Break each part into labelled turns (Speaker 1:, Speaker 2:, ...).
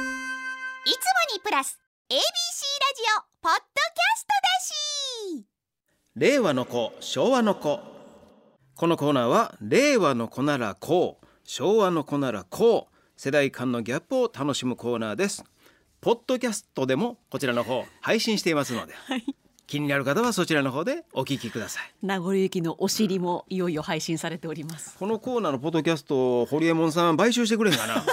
Speaker 1: いつもにプラス ABC ラジオポッドキャストだし
Speaker 2: 令和の子昭和の子このコーナーは令和の子ならこう昭和の子ならこう世代間のギャップを楽しむコーナーですポッドキャストでもこちらの方配信していますので、気になる方はそちらの方でお聞きください
Speaker 3: 名残雪のお尻もいよいよ配信されております。
Speaker 2: このコーナーのポッドキャストを堀エモ門さん買収してくれんかな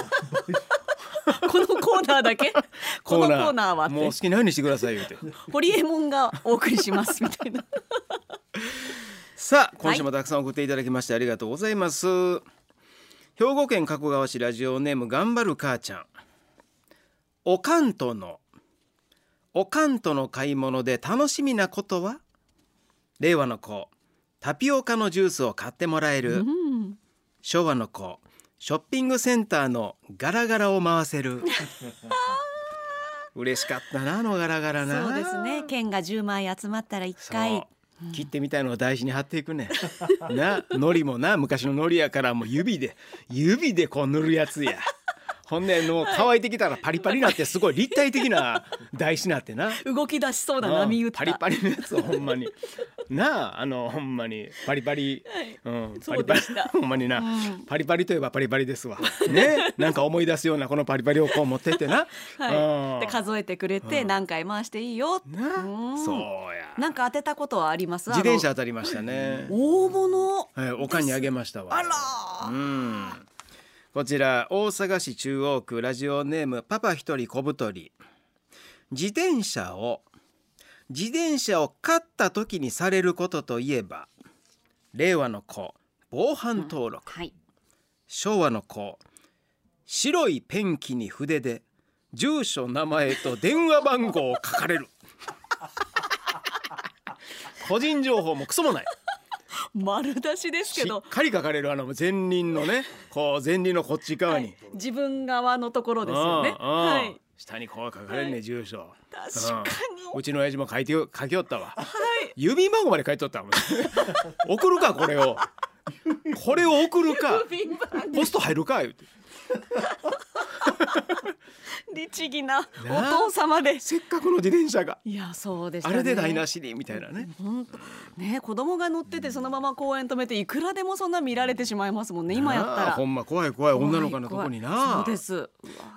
Speaker 3: このコーナー だけ。 このコーナーはっ
Speaker 2: もう好
Speaker 3: て。
Speaker 2: きなようにしてください言うて
Speaker 3: ホリエモンがお送りしますみた いな。
Speaker 2: さあ今週もたくさん送っていただきましてありがとうございます、兵庫県加古川市ラジオネーム頑張る母ちゃんおかんとのおかんとの買い物で楽しみなことは令和の子タピオカのジュースを買ってもらえる、
Speaker 3: うん。
Speaker 2: 昭和の子ショッピングセンターのガラガラを回せ る嬉しかったなあのガラガラな
Speaker 3: そうですね。券が10枚集まったら一回。
Speaker 2: そう切ってみたいのを台紙に貼っていくね なのりもな昔ののりやからもう指で指でこう塗るやつやほんでもう乾いてきたらパリパリになってすごい立体的な台紙になってな
Speaker 3: 動き出しそうな
Speaker 2: うん
Speaker 3: 波打った。
Speaker 2: パリパリのやつほんまになああのほんまにパリパリ、うん、
Speaker 3: そ
Speaker 2: パ
Speaker 3: う
Speaker 2: リパ
Speaker 3: で
Speaker 2: リ
Speaker 3: した
Speaker 2: ほんまにな、パリパリといえばパリパリですわねなんか思い出すようなこのパリパリをこう持ってってな、
Speaker 3: はい。で
Speaker 2: うん
Speaker 3: 数えてくれて何回回していいよ。
Speaker 2: な
Speaker 3: うん
Speaker 2: そうや
Speaker 3: なんか当てたことはあります。あ
Speaker 2: 自
Speaker 3: の
Speaker 2: 転車。当たりましたね
Speaker 3: 大物。
Speaker 2: はい、おかんにあげましたわ。
Speaker 3: あら
Speaker 2: う
Speaker 3: ー。
Speaker 2: ん。こちら大阪市中央区ラジオネームパパ一人小太り。自転車を自転車を買った時にされることといえば、令和の子防犯登録、
Speaker 3: はい。
Speaker 2: 昭和の子白いペンキに筆で住所名前と電話番号を書か れる。個人情報もクソもない。
Speaker 3: 丸出しですけ
Speaker 2: しっ
Speaker 3: ど。
Speaker 2: かり書かれるあの前輪の ねこう前輪のこっち側に、
Speaker 3: 自分側のところですよね。
Speaker 2: うんうん
Speaker 3: はい。
Speaker 2: 下にこう書かれるね、
Speaker 3: はい
Speaker 2: 住所
Speaker 3: 確か
Speaker 2: うん
Speaker 3: に。
Speaker 2: うちの親父も書いてよ書きよったわ、郵便番号まで書いとったもん 送るかこれをこれを送るか
Speaker 3: ピンバン
Speaker 2: ポスト入るか言うて
Speaker 3: 律儀なお
Speaker 2: なあ
Speaker 3: 父様で。
Speaker 2: せっかくの自転車が
Speaker 3: いやそうでした
Speaker 2: あ
Speaker 3: ね。
Speaker 2: れで台無しにみたいなね
Speaker 3: 本当ね子供が乗っててそのまま公園止めていくらでもそんな見られてしまいますもんね今やった
Speaker 2: なあ
Speaker 3: ら
Speaker 2: ほ。んま怖い怖い
Speaker 3: 怖い
Speaker 2: 女の子のとこにな
Speaker 3: 怖いそうです。うわ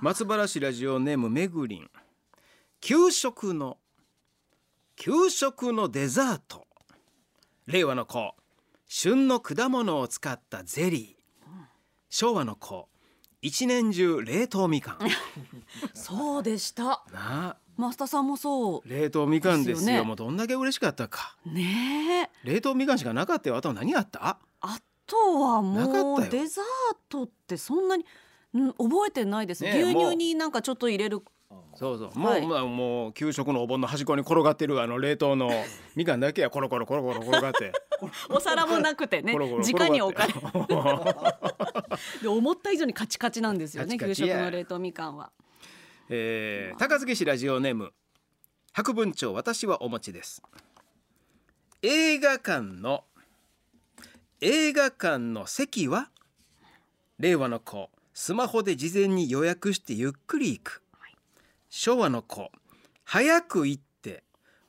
Speaker 2: 松原市ラジオネームめぐりん給食の給食のデザート令和の子旬の果物を使ったゼリー昭和の子一年中冷凍みかん
Speaker 3: そうでした。
Speaker 2: なあ
Speaker 3: 増田さんもそ
Speaker 2: 冷凍みかんですよ
Speaker 3: ですよね
Speaker 2: もうどんだけ嬉しかったか
Speaker 3: う。ねえ。
Speaker 2: 冷凍みかんしかなかったよあと何あった
Speaker 3: あとは
Speaker 2: なか
Speaker 3: も
Speaker 2: った
Speaker 3: う
Speaker 2: よ
Speaker 3: デザートってそんなにん覚えてないです。
Speaker 2: ねえ
Speaker 3: 牛
Speaker 2: もう
Speaker 3: 乳になんかちょっと入れる。
Speaker 2: そうそうもう、
Speaker 3: はい
Speaker 2: まあもう給食のお盆の端っこに転がってるあの冷凍のみかんだけやコロコロコロコロ転がって。
Speaker 3: お皿もなくて ね
Speaker 2: コロコロ転がっ
Speaker 3: 直
Speaker 2: て
Speaker 3: に置かれで思った以上にカチカチなんですよね
Speaker 2: カチカチ
Speaker 3: 給
Speaker 2: や
Speaker 3: 食の冷凍みかんは
Speaker 2: えー、高槻市ラジオネーム白文長私はお持ちです映画館の映画館の席は令和の子スマホで事前に予約してゆっくり行く昭和の子早く行って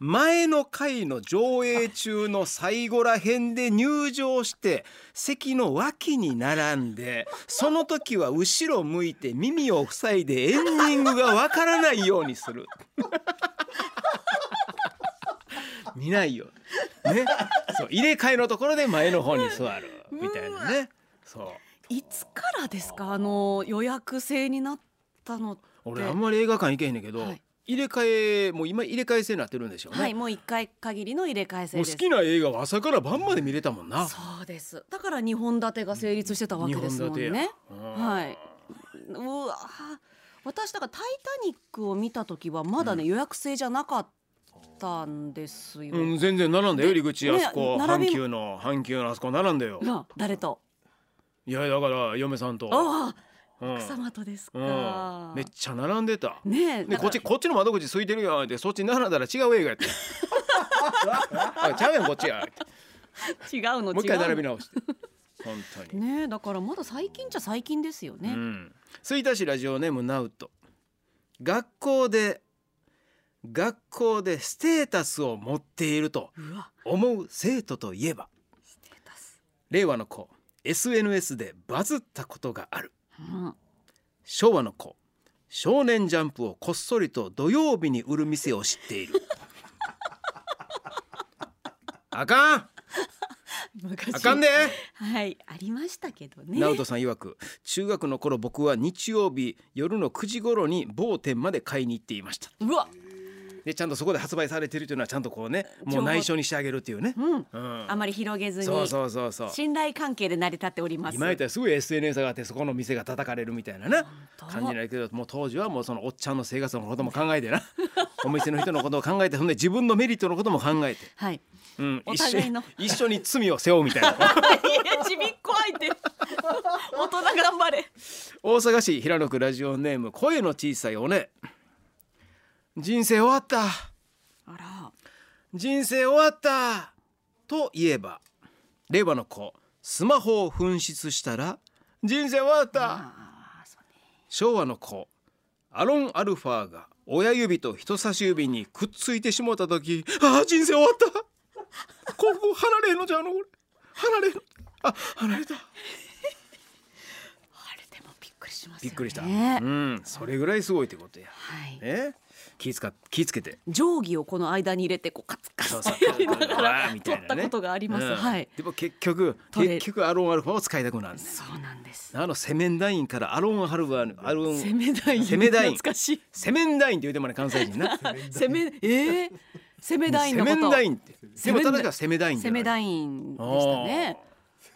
Speaker 2: 前の回の上映中の最後ら辺で入場して席の脇に並んでその時は後ろ向いて耳を塞いでエンディングがわからないようにする 見ないよ、ね、そう入れ替えのところで前の方に座るみたいなねそう
Speaker 3: いつからですかあの予約制になったのって
Speaker 2: 俺あんまり映画館行けへんねんけど、
Speaker 3: はい
Speaker 2: 入れ替えもう今入れ替え制になってるんでしょうね、
Speaker 3: はいもう一回限りの入れ替え制
Speaker 2: も
Speaker 3: で
Speaker 2: う
Speaker 3: す
Speaker 2: 好きな映画は朝から晩まで見れたもんな。
Speaker 3: そうですだから二本立てが成立してたわけですもん
Speaker 2: 二本立
Speaker 3: ね
Speaker 2: てや
Speaker 3: はいうわ私だから「タイタニック」を見た時はまだね、予約制じゃなかったんですよ、
Speaker 2: うん、全然並んだよ入り口あ
Speaker 3: ね
Speaker 2: そこ、
Speaker 3: 並
Speaker 2: 阪
Speaker 3: び
Speaker 2: 急の阪急のあそこ並んだよ
Speaker 3: なあ誰と
Speaker 2: いやだから嫁さんと
Speaker 3: あ
Speaker 2: うん
Speaker 3: あ奥様とです
Speaker 2: う
Speaker 3: か
Speaker 2: ん、、めっちゃ並んでた
Speaker 3: ねえ
Speaker 2: で
Speaker 3: だか
Speaker 2: こ
Speaker 3: ら
Speaker 2: っちこっちの窓口空いてるよってそっち並んだら違う映画やって あちゃうやんこっちやって
Speaker 3: 違うの違うの
Speaker 2: もう一回並び直 して本当に
Speaker 3: ねえだからまだ最近じゃ最近ですよね、
Speaker 2: うん、吹田市ラジオネームナウト学校で学校でステータスを持っていると
Speaker 3: うわ
Speaker 2: 思う生徒といえば
Speaker 3: ステータス、
Speaker 2: 令和の子 SNS でバズったことがある
Speaker 3: うん、
Speaker 2: 昭和の子少年ジャンプをこっそりと土曜日に売る店を知って いるあかん
Speaker 3: 昔
Speaker 2: あかんで、
Speaker 3: はいありましたけどね
Speaker 2: ナウトさん曰く中学の頃僕は日曜日夜の9時頃に某店まで買いに行っていました
Speaker 3: うわ
Speaker 2: でちゃんとそこで発売されてるというのはちゃんとこうねも
Speaker 3: 情
Speaker 2: う
Speaker 3: 報
Speaker 2: 内緒にしてあげるっていうね、
Speaker 3: うん
Speaker 2: うん、
Speaker 3: あまり広げずに
Speaker 2: そうそうそうそう
Speaker 3: 信頼関係で成り立っております
Speaker 2: 今言ったらすぐ SNS があってそこの店が叩かれるみたいなな
Speaker 3: 当
Speaker 2: 感じないけどもう当時はもうそのおっちゃんの生活のことも考えてな お店の人のことを考えてほんで自分のメリットのことも考えて、
Speaker 3: はい
Speaker 2: うん、
Speaker 3: お
Speaker 2: 一緒
Speaker 3: 互い
Speaker 2: に
Speaker 3: の
Speaker 2: 一緒に 罪を背負うみたい な
Speaker 3: いやちびっこ相 手大人頑張れ
Speaker 2: 大阪市平野区ラジオネーム声の小さいおね人生終わった
Speaker 3: あら
Speaker 2: 人生終わったといえば令和の子スマホを紛失したら人生終わった、
Speaker 3: あーそうね
Speaker 2: 昭和の子アロンアルファが親指と人差し指にくっついてしまった時ああ人生終わったここ離れへんのじゃあのこれ離れへんのあ離れた
Speaker 3: あれでもびっくりします
Speaker 2: び
Speaker 3: よね
Speaker 2: っくりした、
Speaker 3: は
Speaker 2: うんそれぐらいすごいってことや
Speaker 3: い
Speaker 2: ね気つか気つけて
Speaker 3: 定規をこの間に入れてこうカツカツ
Speaker 2: そう
Speaker 3: と
Speaker 2: そう
Speaker 3: やりな が
Speaker 2: うわ
Speaker 3: ら
Speaker 2: ーみた
Speaker 3: 撮
Speaker 2: いなね
Speaker 3: ったことがあります、
Speaker 2: うん
Speaker 3: はい
Speaker 2: でも結局
Speaker 3: 取れ
Speaker 2: 結局アロンアルファを使いたくなるんです
Speaker 3: そうなんです
Speaker 2: あのセメンダインからアロンアルファアロ
Speaker 3: 攻
Speaker 2: ン
Speaker 3: め台
Speaker 2: 攻め台
Speaker 3: 懐かしい
Speaker 2: セメンダインって言うてもね関西 人な
Speaker 3: 攻めえー、攻め台
Speaker 2: セ
Speaker 3: のこ
Speaker 2: メ
Speaker 3: と
Speaker 2: ンダインってで
Speaker 3: セ
Speaker 2: も
Speaker 3: メンダイン
Speaker 2: 田中はセメダインだ
Speaker 3: 攻
Speaker 2: よ
Speaker 3: め台でしたね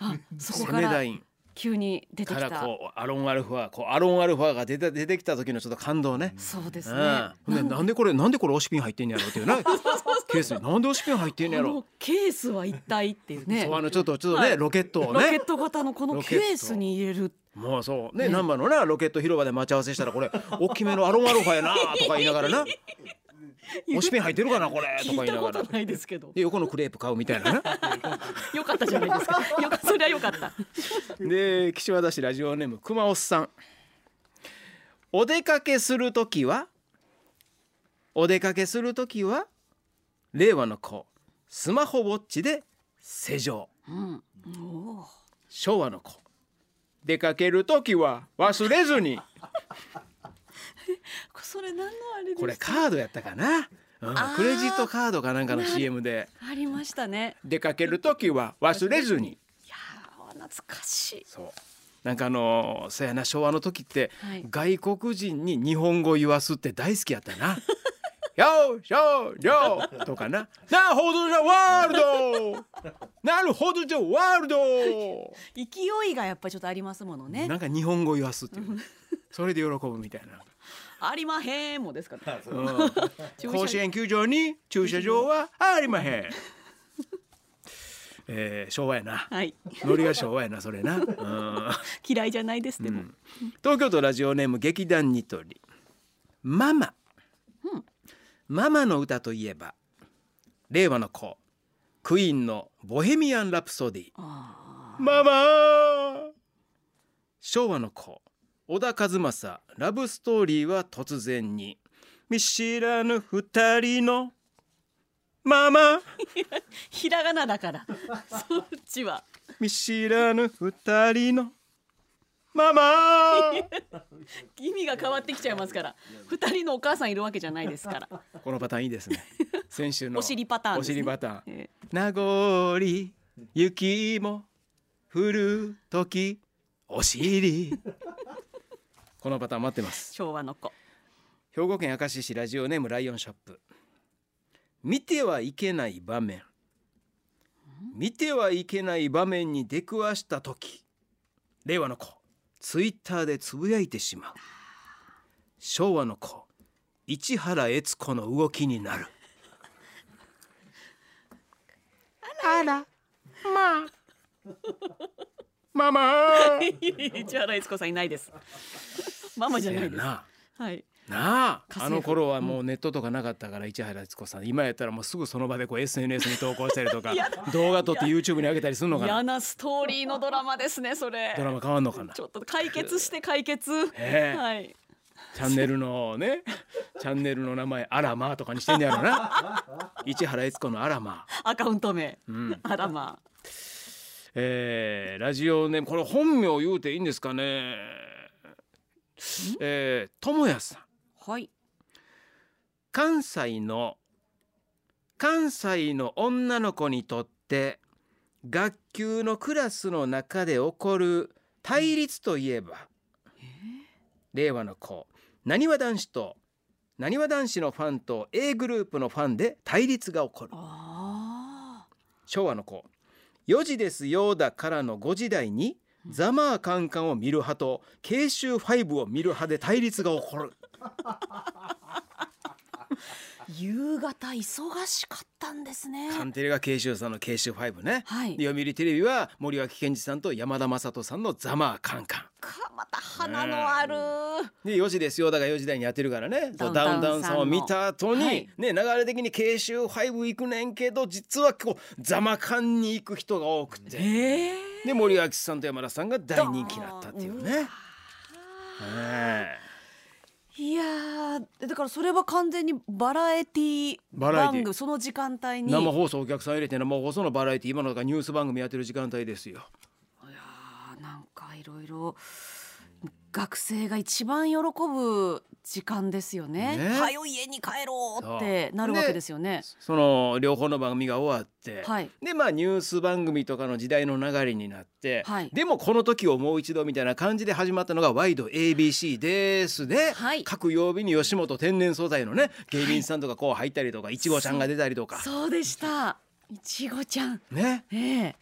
Speaker 3: あそこ
Speaker 2: セ
Speaker 3: か
Speaker 2: メダ
Speaker 3: ら
Speaker 2: イン
Speaker 3: 急に出て
Speaker 2: か
Speaker 3: き
Speaker 2: ら
Speaker 3: た
Speaker 2: こうアロンアルファこうアロンアルファが出て出てきた時のちょっと感動ね。
Speaker 3: そうです
Speaker 2: う
Speaker 3: ね
Speaker 2: ん、ねなんでこれなんでこれ押しピン入ってんやろっていう ねケースになんで押しピン入ってんや
Speaker 3: こ
Speaker 2: ろ
Speaker 3: のケースは一体っていうね
Speaker 2: そうあのちょっとちょっとね、
Speaker 3: はい
Speaker 2: ロケットを
Speaker 3: ロケ
Speaker 2: ね
Speaker 3: ット型のこの
Speaker 2: ロケッ
Speaker 3: ケ
Speaker 2: ト
Speaker 3: ースに入れる
Speaker 2: もうそうね難波のなロケット広場で待ち合わせしたらこれ大きめのアロンアルファやなとか言いながらな押しピン入ってるかなこれとか言
Speaker 3: 聞い
Speaker 2: い
Speaker 3: た
Speaker 2: なが
Speaker 3: こ
Speaker 2: ら
Speaker 3: とないですけど
Speaker 2: で横のクレープ買うみたいなね。
Speaker 3: よかったじゃないですかよかそれはよかった
Speaker 2: で岸和田市ラジオネーム熊尾さんお出かけするときはお出かけするときは令和の子スマホウォッチで施錠
Speaker 3: うんおー
Speaker 2: 昭和の子出かけるときは忘れずに
Speaker 3: それ何のあれです
Speaker 2: これカードやったかな、うん
Speaker 3: あー
Speaker 2: クレジットカードかなんかの CM で
Speaker 3: ありましたね
Speaker 2: 出かけるときは忘れずに
Speaker 3: いやー懐かしい
Speaker 2: そうなんかあのーそうやな昭和の時って、
Speaker 3: はい
Speaker 2: 外国人に日本語言わすって大好きやったな 「よーしょーりょー」とかな「なるほどじゃワールド」「なるほどじゃワールド
Speaker 3: 勢いがやっぱりちょっとありますもの」ね
Speaker 2: なんか日本語言わすっていうそれで喜ぶみたいな。
Speaker 3: ありまへんもですからね
Speaker 2: うん甲子園球場に駐車場はありまへん。えー、昭和やな。
Speaker 3: はい
Speaker 2: ノリが昭和やなそれな。うん
Speaker 3: 嫌いじゃないですでも、
Speaker 2: 東京都ラジオネーム劇団ニトリママ、ママの歌といえば令和の子クイーンのボヘミアンラプソディ
Speaker 3: あ
Speaker 2: ママ昭和の子小田和正ラブストーリーは突然に見知らぬ二人のママ
Speaker 3: ーひらがなだから そっちは
Speaker 2: 見知らぬ二人のママ
Speaker 3: 意味が変わってきちゃいますから二人のお母さんいるわけじゃないですから
Speaker 2: このパターンいいですね先週の
Speaker 3: お 尻パターン
Speaker 2: お
Speaker 3: ですね
Speaker 2: 尻パターン
Speaker 3: え
Speaker 2: 名残雪も降る時お尻このパターン待ってます
Speaker 3: ー昭和の子
Speaker 2: 兵庫県明石市ラジオネームライオンショップ見てはいけない場面見てはいけない場面に出くわした時令和の子ツイッターでつぶやいてしまう昭和の子市原悦子の動きになるあらまあママ
Speaker 3: 市原悦子さんいないですママじゃないです
Speaker 2: な
Speaker 3: はい
Speaker 2: なああ
Speaker 3: 家政婦
Speaker 2: の頃はもうネットとかなかったから市原悦子さん今やったらもうすぐその場でこう SNS に投稿したりと か動画撮って YouTube に上げたりするのか
Speaker 3: 嫌
Speaker 2: な
Speaker 3: なストーリーのドラマですねそれ
Speaker 2: ドラマ変わんのかな
Speaker 3: ちょっと解決して解決
Speaker 2: ええ
Speaker 3: はい
Speaker 2: チャンネルのねチャンネルの名前アラマーとかにしてんねやろな 市原悦子のアラマ
Speaker 3: アカウント名
Speaker 2: ー、うん
Speaker 3: あらまあ
Speaker 2: えーラジオネームこれ本名言うていいんですかねえー、ともやさん
Speaker 3: はい
Speaker 2: 関西の関西の女の子にとって学級のクラスの中で起こる対立といえば、令和の子なにわ男子となにわ男子のファンと A グループのファンで対立が起こる
Speaker 3: あ
Speaker 2: 昭和の子4時ですよだからの5時台に「ざまあカンカン」を見る派と「慶州5」を見る派で対立が起こる
Speaker 3: ー夕方忙しかったんですね
Speaker 2: カンテレが慶州さんの慶州5ね
Speaker 3: はい
Speaker 2: で読売テレビは森脇健児さんと山田雅人さんの「ざまあカンカン
Speaker 3: かまた花のある、
Speaker 2: で4時ですよだが4時台にやってるからねダ
Speaker 3: ダ
Speaker 2: ウ
Speaker 3: ウンタウン
Speaker 2: ンダウンさんを見た後に、
Speaker 3: はい
Speaker 2: ね、流れ的に慶州5行くねんけど実はこうざまカンに行く人が多くて、
Speaker 3: ええ
Speaker 2: で森脇さんと山田さんが大人気だったっていうね。ええ
Speaker 3: いやーだからそれは完全にバラエティ
Speaker 2: バラエティ
Speaker 3: 番組その時間帯に
Speaker 2: 生放送お客さん入れて生放送のバラエティ今のだからニュース番組やってる時間帯ですよ。
Speaker 3: いやーなんかいろいろ学生が一番喜ぶ時間ですよね。
Speaker 2: ね
Speaker 3: 早い家に帰ろうってなるわけですよね。
Speaker 2: その両方の番組が終わって、
Speaker 3: はい
Speaker 2: でまあニュース番組とかの時代の流れになって、
Speaker 3: はい
Speaker 2: でもこの時をもう一度みたいな感じで始まったのが「ワイド ABC ですね」
Speaker 3: はい
Speaker 2: 各曜日に吉本天然素材のね芸人さんとかこう入ったりとか、い、ちごちゃんが出たりとか
Speaker 3: そうでした。いちごちゃん。
Speaker 2: ね
Speaker 3: ええ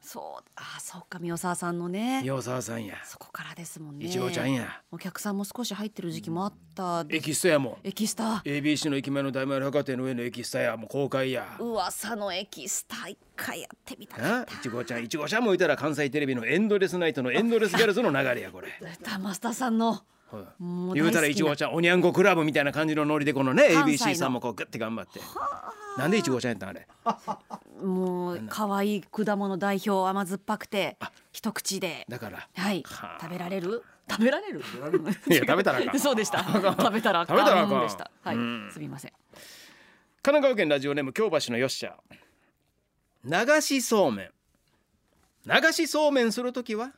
Speaker 3: そうあそうか宮沢さんのね。
Speaker 2: 洋沢さんや
Speaker 3: そこからですもんね。
Speaker 2: いちごちゃんや
Speaker 3: お客さんも少し入ってる時期もあった。
Speaker 2: エキストやもん
Speaker 3: エキスタ。
Speaker 2: ABC の駅前の大丸博店の上のエキストやもう公開や。
Speaker 3: 噂のエキスタ一回やってみたか
Speaker 2: な
Speaker 3: っ
Speaker 2: い
Speaker 3: た。
Speaker 2: ちごちゃんいちごちゃんもいたら関西テレビのエンドレスナイトのエンドレスギャルズの流れやこれ。
Speaker 3: 歌マスターさんの。
Speaker 2: はい
Speaker 3: もう大好きな
Speaker 2: 言うたらいちごちゃんおにゃんこクラブみたいな感じのノリでこのね
Speaker 3: 関西の
Speaker 2: ABC さんもこうグッて頑張ってなんでいちごちゃんやったんあれ
Speaker 3: もう可愛い果物代表甘酸っぱくて一口で
Speaker 2: だから
Speaker 3: はい
Speaker 2: はあ
Speaker 3: 食べられる食べられる
Speaker 2: いや食べたらあかん
Speaker 3: そうで した食べたらあかん
Speaker 2: 食べたらあかん
Speaker 3: でしたはい
Speaker 2: うん
Speaker 3: すみません
Speaker 2: 神奈川県ラジオネーム京橋のよっしゃ流しそうめん流しそうめんするときは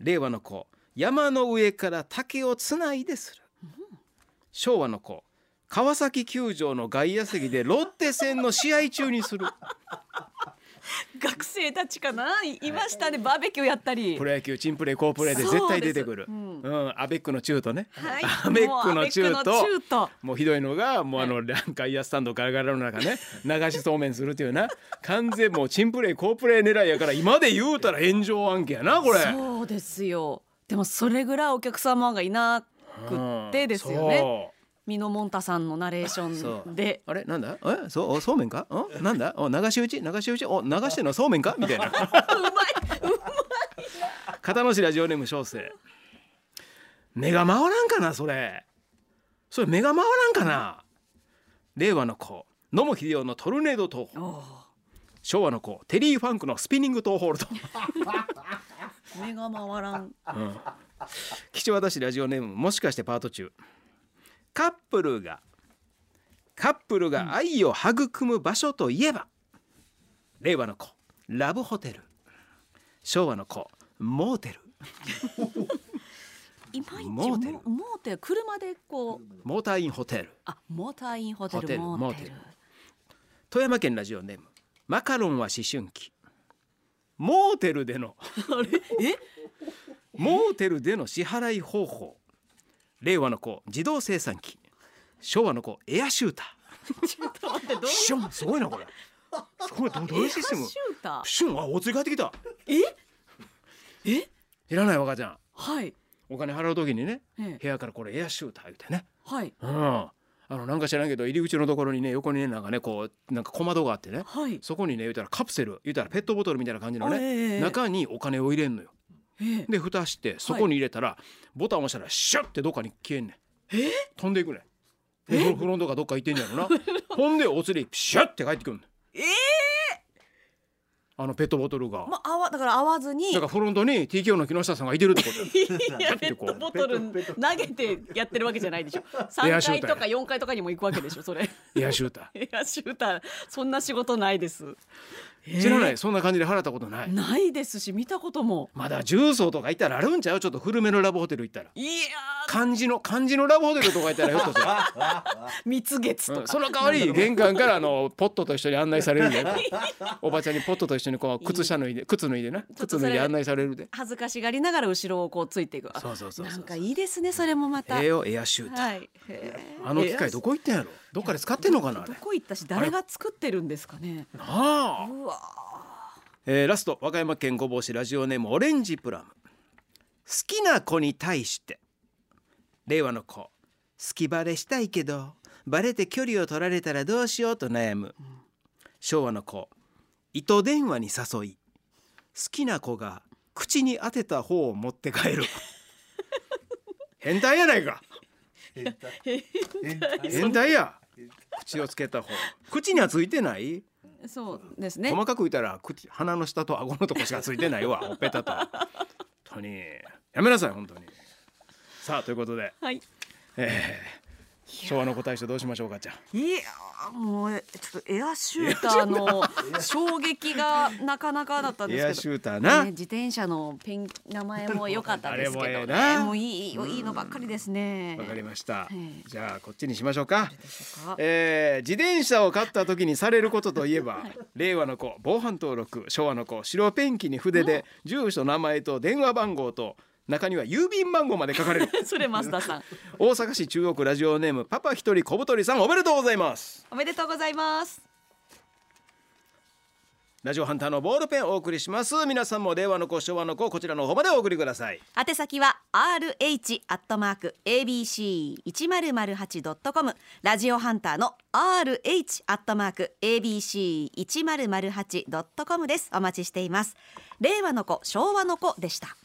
Speaker 2: 令和の子山の上から竹をつないでする昭和の子川崎球場の外野席でロッテ戦の試合中にする
Speaker 3: 学生たちかないいましたねバーベキューやったり
Speaker 2: プロ野球チンプレー好プレーで絶対出てくるう、
Speaker 3: そうんで
Speaker 2: アベックの中途ね、
Speaker 3: はい
Speaker 2: アベックの中
Speaker 3: もうアベック
Speaker 2: 途
Speaker 3: の中途
Speaker 2: もうひどいのがもうあの外野スタンドガラガラの中ね流しそうめんするっていうな完全もうチンプレー好プレー狙いやから今で言うたら炎上案件やなこれ
Speaker 3: そうですよでもそれぐらいお客様がいなくってですよね
Speaker 2: ね
Speaker 3: ミノモンタさんのナレーションで
Speaker 2: あれなんだえそうおそうめんかんなんだお流し打ち流し打ちお流してんのそうめんかみたいな
Speaker 3: うまい
Speaker 2: 片野市ラジオネーム小生目が回らんかなそれそれ目が回らんかな令和の子野茂英雄のトルネード投法
Speaker 3: お
Speaker 2: 昭和の子テリー・ファンクのスピニング投法と、
Speaker 3: ー目が回らん
Speaker 2: うん、吉和田市ラジオネームもしかしてパート中カップルがカップルが愛を育む場所といえば、令和の子ラブホテル昭和の子モーテル
Speaker 3: いまいち
Speaker 2: モ
Speaker 3: モ
Speaker 2: ーテル
Speaker 3: モーテル車でこう
Speaker 2: モーターインホテル
Speaker 3: あモーターインホテ
Speaker 2: ホテ
Speaker 3: ル
Speaker 2: ル
Speaker 3: モーテ
Speaker 2: モーテ
Speaker 3: ル
Speaker 2: ル富山県ラジオネームマカロンは思春期モーテルでの
Speaker 3: あれえ
Speaker 2: モーテルでの支払い方法令和の子自動生産機昭和の子エアシュータ
Speaker 3: ちょっと待ってどう
Speaker 2: ーシュンすごいなこれすごいどどういうシステム
Speaker 3: シューター
Speaker 2: シュンあお釣り返ってきた
Speaker 3: ええ
Speaker 2: いらない若ちゃん
Speaker 3: はい
Speaker 2: お金払う時にね
Speaker 3: ええ
Speaker 2: 部屋からこれエアシューター言ってね
Speaker 3: はい
Speaker 2: うんあのなんか知らんけど入り口のところにね横にねなんかねこうなんか小窓があってね
Speaker 3: はい
Speaker 2: そこにね言うたらカプセル言うたらペットボトルみたいな感じの
Speaker 3: あえええ
Speaker 2: ね
Speaker 3: え
Speaker 2: 中にお金を入れんのよ
Speaker 3: え
Speaker 2: で蓋してそこに入れたら、ボタン押したらシュッてどっかに消えんねん飛んでいくねんフロフロントが どっか行ってんやろなほんでお釣りシュッて帰ってくんねん
Speaker 3: ええ
Speaker 2: あのペットボトルが、
Speaker 3: まあ、あわだから合わずに
Speaker 2: だからフロントに TKO の木下さんがいてるってことよ
Speaker 3: いやペットボトル投げてやってるわけじゃないでしょ
Speaker 2: エア
Speaker 3: 3
Speaker 2: シュー
Speaker 3: 回
Speaker 2: ターや
Speaker 3: とか4回とかにも行くわけでしょそれ
Speaker 2: エアシュータ
Speaker 3: エアシューターそんな仕事ないです
Speaker 2: ー知らないそんな感じで払ったことない
Speaker 3: ないですし見たことも
Speaker 2: まだ重曹とか行ったらあるんちゃうちょっと古めのラブホテル行ったら
Speaker 3: いや
Speaker 2: 漢字の漢字のラブホテルとか行ったらひょっとしたら
Speaker 3: ー蜜月とか、
Speaker 2: うんその代わり玄関からあのポットと一緒に案内される でおばちゃんにポットと一緒にこう靴下脱いで靴脱いでな
Speaker 3: ょっと
Speaker 2: 靴
Speaker 3: そ
Speaker 2: 脱
Speaker 3: れ
Speaker 2: いで案内されるで
Speaker 3: 恥ずかしがりながら後ろをこうついていく
Speaker 2: そうそうそうそう
Speaker 3: なんかいいですねそれもまた、
Speaker 2: ええよエアシューター
Speaker 3: はいへー
Speaker 2: あの機械どこ行ったんやろどっかで使ってんのかなあれ
Speaker 3: ど
Speaker 2: な
Speaker 3: こ行ったし誰が作ってるんですかね
Speaker 2: あ
Speaker 3: うわ
Speaker 2: えーラスト和歌山県御坊市ラジオネームオレンジプラム好きな子に対して令和の子好きバレしたいけどバレて距離を取られたらどうしようと悩む昭和の子糸電話に誘い好きな子が口に当てた方を持って帰る変態やないか変態や口をつけた方口にはついてない
Speaker 3: ーそうですね
Speaker 2: 細かく言ったら口鼻の下と顎のとこしかついて ないわほっぺたと本当にやめなさい本当にさあということで
Speaker 3: はい
Speaker 2: 昭和の子大賞どうしましょうかちゃん
Speaker 3: いやーもうえちょっとエアシューター の衝撃がなかなかだったん
Speaker 2: エア
Speaker 3: です
Speaker 2: シ
Speaker 3: けど。
Speaker 2: ューター
Speaker 3: ね
Speaker 2: な、
Speaker 3: 自転車のペン名前も良かったですけ
Speaker 2: あれもえ
Speaker 3: ど
Speaker 2: え
Speaker 3: ね
Speaker 2: な
Speaker 3: もういいいいのばっかりですね
Speaker 2: わかりました
Speaker 3: ええ
Speaker 2: じゃあこっちにしましょうか
Speaker 3: か
Speaker 2: えー自転車を買った時にされることといえば令和の子防犯登録昭和の子白ペンキに筆で住所名前と電話番号と中には郵便番号まで書か れる
Speaker 3: それ増田さん
Speaker 2: 大阪市中央区ラジオネームパパ一人小太りさんおめでとうございます
Speaker 3: おめでとうございます
Speaker 2: ラジオハンターのボールペンをお送りします皆さんも令和の子昭和の子こちらの方までお送りください
Speaker 3: 宛先は rh アットマーク abc 一0 0 8ドットコムラジオハンターの rh アットマーク abc 一0 0 8ドットコムですお待ちしています令和の子昭和の子でした